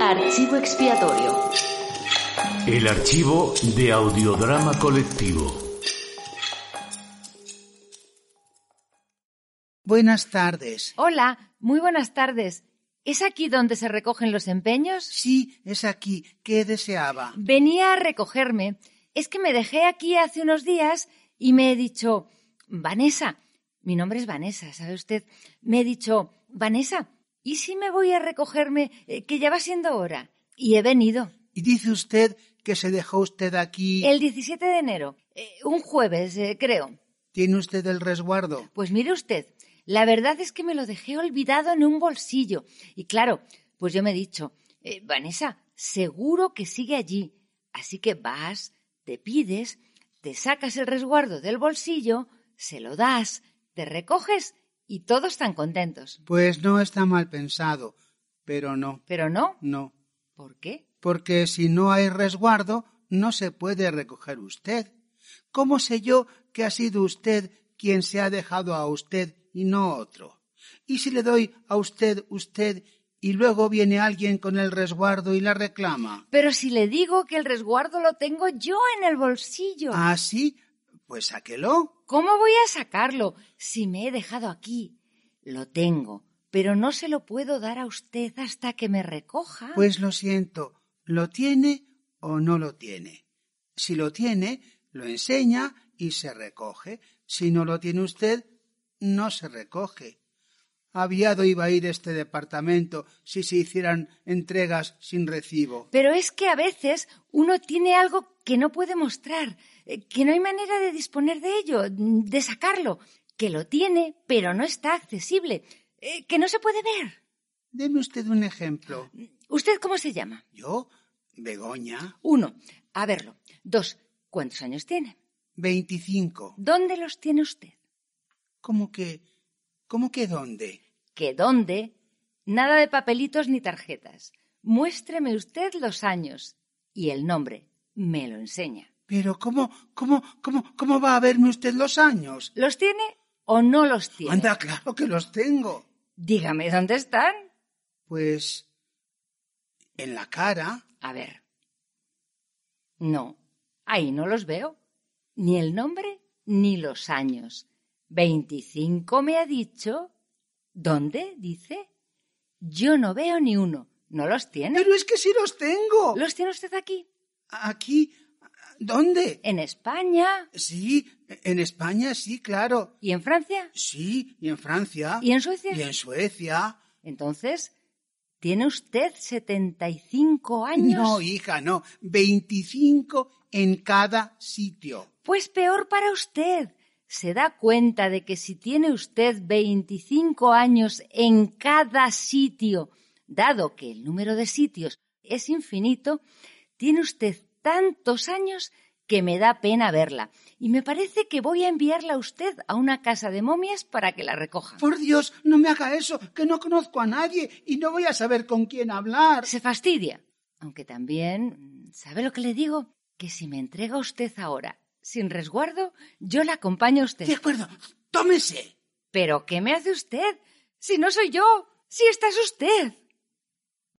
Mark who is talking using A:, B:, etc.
A: Archivo expiatorio.
B: El archivo de audiodrama colectivo.
C: Buenas tardes.
D: Hola, muy buenas tardes. ¿Es aquí donde se recogen los empeños?
C: Sí, es aquí. ¿Qué deseaba?
D: Venía a recogerme. Es que me dejé aquí hace unos días y me he dicho, Vanessa, mi nombre es Vanessa, ¿sabe usted? Me he dicho, Vanessa, ¿y si me voy a recogerme, eh, que ya va siendo hora? Y he venido.
C: Y dice usted que se dejó usted aquí.
D: El 17 de enero, eh, un jueves, eh, creo.
C: ¿Tiene usted el resguardo?
D: Pues mire usted, la verdad es que me lo dejé olvidado en un bolsillo. Y claro, pues yo me he dicho, eh, Vanessa, seguro que sigue allí. Así que vas, te pides, te sacas el resguardo del bolsillo, se lo das, te recoges y todos están contentos.
C: Pues no está mal pensado, pero no,
D: Pero no,
C: no.
D: ¿por qué?
C: Porque si no hay resguardo, no se puede recoger usted. ¿Cómo sé yo que ha sido usted quien se ha dejado a usted y no otro? ¿Y si le doy a usted usted y luego viene alguien con el resguardo y la reclama?
D: Pero si le digo que el resguardo lo tengo yo en el bolsillo,
C: ¿Ah, sí? Pues sáquelo.
D: ¿cómo voy a sacarlo si me he dejado aquí? Lo tengo, pero no se lo puedo dar a usted hasta que me recoja.
C: Pues lo siento, ¿lo tiene o no lo tiene? Si lo tiene, lo enseña y se recoge. Si no lo tiene usted, no se recoge. Aviado iba a ir este departamento si se hicieran entregas sin recibo.
D: Pero es que a veces uno tiene algo que no puede mostrar, eh, que no hay manera de disponer de ello, mm, de sacarlo, que lo tiene, pero no está accesible, eh, que no se puede ver.
C: Deme usted un ejemplo.
D: ¿Usted cómo se llama?
C: Yo, Begoña,
D: Uno, a verlo. Dos, ¿cuántos años tiene?
C: veinticinco.
D: ¿Dónde los tiene usted?
C: ¿Cómo que? ¿Cómo que dónde?
D: ¿Que dónde? Nada de papelitos ni tarjetas. Muéstreme usted los años y el nombre. Me lo enseña.
C: Pero cómo, cómo, cómo, cómo va a verme usted los años?
D: ¿Los tiene o no los tiene?
C: Anda, claro que los tengo.
D: Dígame dónde están.
C: Pues en la cara,
D: A ver. No, ahí no los veo. Ni el nombre ni los años. Veinticinco me ha dicho. ¿Dónde? Dice. Yo no veo ni uno. ¿No los tiene?
C: pero es que sí los tengo.
D: ¿Los tiene usted aquí?
C: Aquí, ¿dónde?
D: ¿En España?
C: Sí, en España sí, claro.
D: ¿Y en Francia?
C: Sí, y en Francia.
D: ¿Y en Suecia?
C: Y en Suecia.
D: Entonces, ¿tiene usted 75 años?
C: No, hija, no. 25 en cada sitio.
D: Pues peor para usted. Se da cuenta de que si tiene usted 25 años en cada sitio, dado que el número de sitios es infinito, tiene usted tantos años que me da pena verla. Y me parece que voy a enviarla a usted a una casa de momias para que la recoja.
C: Por Dios, no me haga eso, que no conozco a nadie y no voy a saber con quién hablar.
D: se fastidia. Aunque también, mm, ¿sabe lo que le digo? Que si me entrega usted ahora, sin resguardo, yo la acompaño a usted.
C: De acuerdo, tómese.
D: ¿Pero qué me hace usted? Si no soy yo, si esta es usted.